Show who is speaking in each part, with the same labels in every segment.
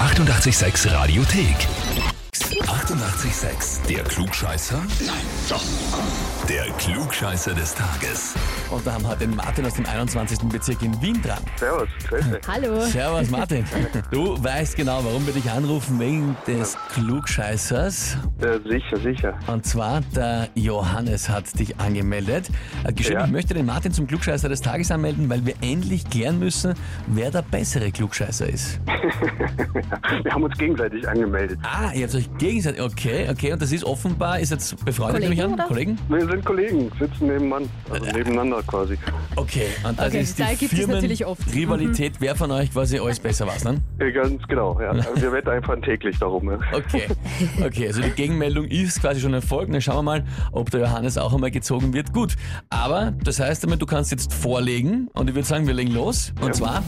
Speaker 1: 886 Radiothek. 88,6. Der Klugscheißer? Nein, doch. Der Klugscheißer des Tages.
Speaker 2: Und da haben wir heute den Martin aus dem 21. Bezirk in Wien dran.
Speaker 3: Servus, grüß dich.
Speaker 4: Hallo.
Speaker 2: Servus Martin. Du weißt genau, warum wir dich anrufen, wegen des Klugscheißers.
Speaker 3: Ja, sicher, sicher.
Speaker 2: Und zwar der Johannes hat dich angemeldet. Er hat geschrieben,
Speaker 3: Ja.
Speaker 2: ich möchte den Martin zum Klugscheißer des Tages anmelden, weil wir endlich klären müssen, wer der bessere Klugscheißer ist.
Speaker 3: Wir haben uns gegenseitig angemeldet.
Speaker 2: Ah, ihr habt euch gegenseitig. Okay, okay, und das ist offenbar, ist jetzt befreundet,
Speaker 4: Kollegen,
Speaker 2: nehme ich an?
Speaker 4: oder?
Speaker 2: Kollegen?
Speaker 3: Wir sind Kollegen, sitzen nebenan, also nebeneinander quasi.
Speaker 2: Okay, und das
Speaker 4: Okay,
Speaker 2: ist
Speaker 4: da
Speaker 2: die
Speaker 4: gibt es natürlich oft. Mhm.
Speaker 2: Firmen-Rivalität, wer von euch quasi alles besser war, ne?
Speaker 3: Ja, ganz genau, ja. Also Wir wetten einfach täglich darum. Ja.
Speaker 2: Okay, okay, also die Gegenmeldung ist quasi schon erfolgt. Dann schauen wir mal, ob der Johannes auch einmal gezogen wird. Gut, aber das heißt damit, du kannst jetzt vorlegen und ich würde sagen, wir legen los. Und zwar,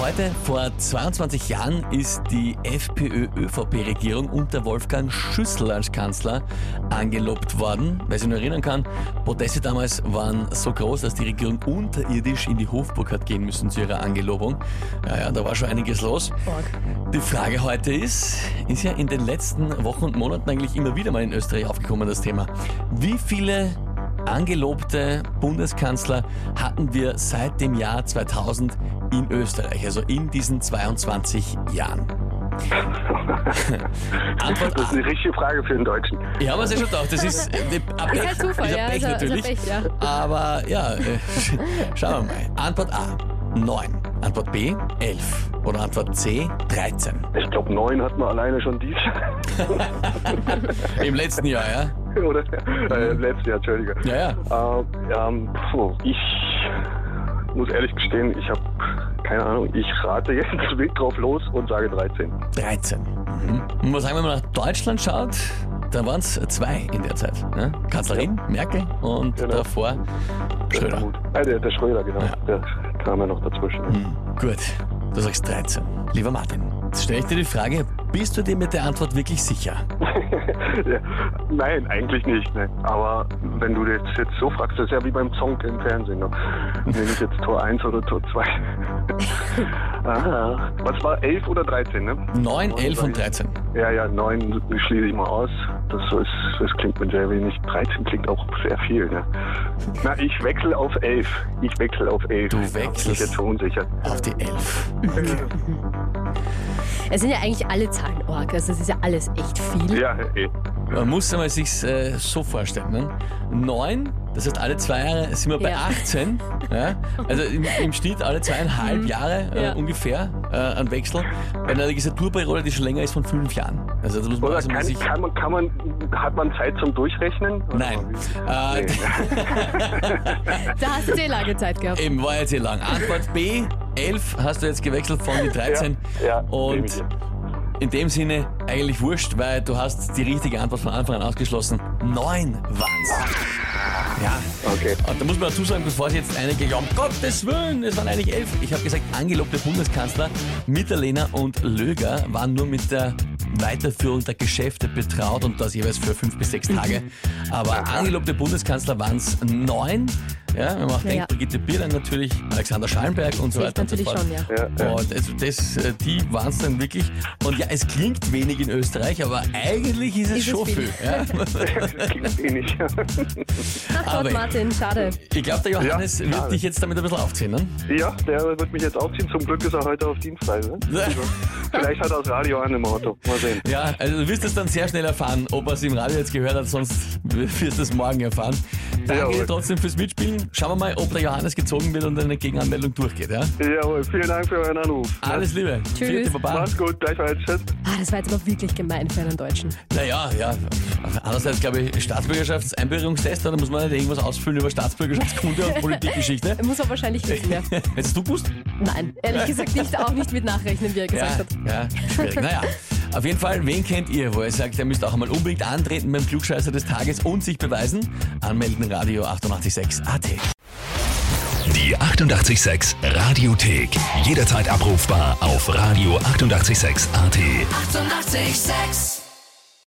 Speaker 2: heute vor 22 Jahren ist die FPÖ-ÖVP-Regierung unter Wolfgang Schüssel als Kanzler angelobt worden. Wer sich nur erinnern kann, Proteste damals waren so groß, dass die Regierung unterirdisch in die Hofburg hat gehen müssen zu ihrer Angelobung. Ja, ja, da war schon einiges los. Die Frage heute ist, ist ja in den letzten Wochen und Monaten eigentlich immer wieder mal in Österreich aufgekommen, das Thema. Wie viele angelobte Bundeskanzler hatten wir seit dem Jahr 2000 in Österreich, also in diesen 22 Jahren? Antwort
Speaker 3: Das ist
Speaker 2: A.
Speaker 3: eine richtige Frage für den Deutschen.
Speaker 2: Ich habe es ja schon gedacht, das ist, äh, ab,
Speaker 4: Ist halt Zufall,
Speaker 2: ich hab
Speaker 4: ja,
Speaker 2: Pech
Speaker 4: ist ein- ist ein
Speaker 2: natürlich.
Speaker 4: Pech, ja.
Speaker 2: Aber ja, äh, sch- schauen wir mal. Antwort A, 9. Antwort B, 11. Oder Antwort C, 13.
Speaker 3: Ich glaube, neun hat man alleine schon dies.
Speaker 2: Im letzten Jahr, ja?
Speaker 3: Oder? Äh,
Speaker 2: Mhm.
Speaker 3: Im letzten Jahr, Entschuldige.
Speaker 2: Ja, ja.
Speaker 3: Ähm, ähm, puh, ich muss ehrlich gestehen, ich habe keine Ahnung. Ich rate jetzt wild drauf los und sage 13.
Speaker 2: 13. Mhm. Und was sagen, wenn man nach Deutschland schaut, da waren es zwei in der Zeit. Ne? Kanzlerin Merkel und
Speaker 3: Genau.
Speaker 2: davor
Speaker 3: Ja,
Speaker 2: Schröder.
Speaker 3: Gut. Äh, der, der Schröder, genau. Der kam ja noch dazwischen.
Speaker 2: Mhm. Gut, du sagst 13. Lieber Martin, jetzt stelle ich dir die Frage, bist du dir mit der Antwort wirklich sicher?
Speaker 3: Ja, Nein, eigentlich nicht. Ne. Aber wenn du das jetzt so fragst, das ist ja wie beim Song im Fernsehen. Ne. Nehme ich jetzt Tor 1 oder Tor 2? ah, was war 11 oder 13? Ne?
Speaker 2: 9,
Speaker 3: Neun,
Speaker 2: 11 und
Speaker 3: sag
Speaker 2: 13.
Speaker 3: Ja, ja, 9 schließe ich mal aus. Das, ist, das klingt mir sehr wenig. 13 klingt auch sehr viel. Ne. Na, ich wechsle auf 11. Ich wechsle auf 11.
Speaker 2: Du
Speaker 3: Ich bin
Speaker 2: wechselst.
Speaker 3: jetzt so unsicher.
Speaker 2: Auf die 11.
Speaker 4: Es sind ja eigentlich alle Zahlen Org, also es ist ja alles echt viel.
Speaker 3: Ja, eh.
Speaker 2: Man muss einmal sich äh, so vorstellen. Ne? 9, das heißt alle zwei Jahre sind wir bei
Speaker 4: Ja.
Speaker 2: 18. Ja? Also im, im Schnitt alle
Speaker 3: Mhm.
Speaker 2: zweieinhalb Jahre äh,
Speaker 4: Ja.
Speaker 2: ungefähr äh, ein Wechsel. Bei einer Legislaturperiode, die schon länger ist, von fünf Jahren. Also das muss man
Speaker 3: Oder
Speaker 2: also mal
Speaker 3: kann,
Speaker 2: sich...
Speaker 3: kann, man, kann man, hat man Zeit zum Durchrechnen? Oder
Speaker 2: Nein.
Speaker 3: wie?
Speaker 2: Äh,
Speaker 3: Nee.
Speaker 4: Da hast du sehr lange Zeit gehabt.
Speaker 2: Eben war jetzt hier lang. Antwort B, 11 hast du jetzt gewechselt von die 13.
Speaker 3: Ja, ja, nehm ich
Speaker 2: Und
Speaker 3: jetzt.
Speaker 2: in dem Sinne eigentlich wurscht, weil du hast die richtige Antwort von Anfang an ausgeschlossen. 9 waren's. Ja.
Speaker 3: Okay.
Speaker 2: Und da muss man dazu sagen, bevor es jetzt einige glauben, Gottes Willen, es waren eigentlich elf. Ich habe gesagt, angelobte Bundeskanzler Mitterlehner und Löger waren nur mit der Weiterführung der Geschäfte betraut und das jeweils für fünf bis sechs Tage. Aber angelobte Bundeskanzler waren es neun. Ja, wenn man auch
Speaker 4: Ja,
Speaker 2: denkt,
Speaker 4: ja.
Speaker 2: Brigitte Bierlein natürlich, Alexander Schallenberg und so
Speaker 4: Sehe ich
Speaker 2: weiter und so
Speaker 4: natürlich
Speaker 2: fort.
Speaker 4: schon, ja.
Speaker 3: Ja, ja.
Speaker 2: Und also das, äh, die waren es dann wirklich. Und ja, es klingt wenig in Österreich, aber eigentlich ist es
Speaker 4: Ist es
Speaker 2: schon
Speaker 4: viel.
Speaker 2: viel. Ja.
Speaker 3: Das klingt wenig.
Speaker 4: Ach
Speaker 2: aber-
Speaker 4: Gott, Martin, schade.
Speaker 2: Ich glaube, der Johannes
Speaker 3: Ja,
Speaker 2: wird
Speaker 3: schade.
Speaker 2: dich jetzt damit ein bisschen aufziehen, ne?
Speaker 3: ja, der wird mich jetzt aufziehen. Zum Glück ist er heute auf Dienstreise. Also, vielleicht hat er das Radio an im Auto. Mal sehen.
Speaker 2: Ja, also du wirst es dann sehr schnell erfahren, ob er es im Radio jetzt gehört hat, sonst wirst du es morgen erfahren. Danke dir
Speaker 3: Jawohl.
Speaker 2: trotzdem fürs Mitspielen. Schauen wir mal, ob der Johannes gezogen wird und eine Gegenanmeldung durchgeht. Ja?
Speaker 3: Jawohl, vielen Dank für euren Anruf.
Speaker 2: Alles Liebe.
Speaker 4: Tschüss.
Speaker 2: Vierte Baba.
Speaker 3: Macht's gut, gleichfalls. Tschüss.
Speaker 4: Ah, das war jetzt aber wirklich gemein für einen Deutschen.
Speaker 2: Naja, ja. Andererseits glaube ich, Staatsbürgerschaftseinbürgerungstest, da muss man nicht irgendwas ausfüllen über Staatsbürgerschaftskunde und Politikgeschichte.
Speaker 4: Muss man wahrscheinlich wissen, ja.
Speaker 2: Hättest du gewusst?
Speaker 4: Nein, ehrlich gesagt nicht, auch nicht mit nachrechnen, wie er gesagt hat.
Speaker 2: ja, schwierig. Naja. Auf jeden Fall, wen kennt ihr, wo ihr sagt, ihr müsst auch einmal unbedingt antreten beim Klugscheißer des Tages und sich beweisen? Anmelden Radio 886 AT.
Speaker 1: Die 88,6 Radiothek. Jederzeit abrufbar auf radio886.at. 88,6.
Speaker 5: Eighty-eight, sex.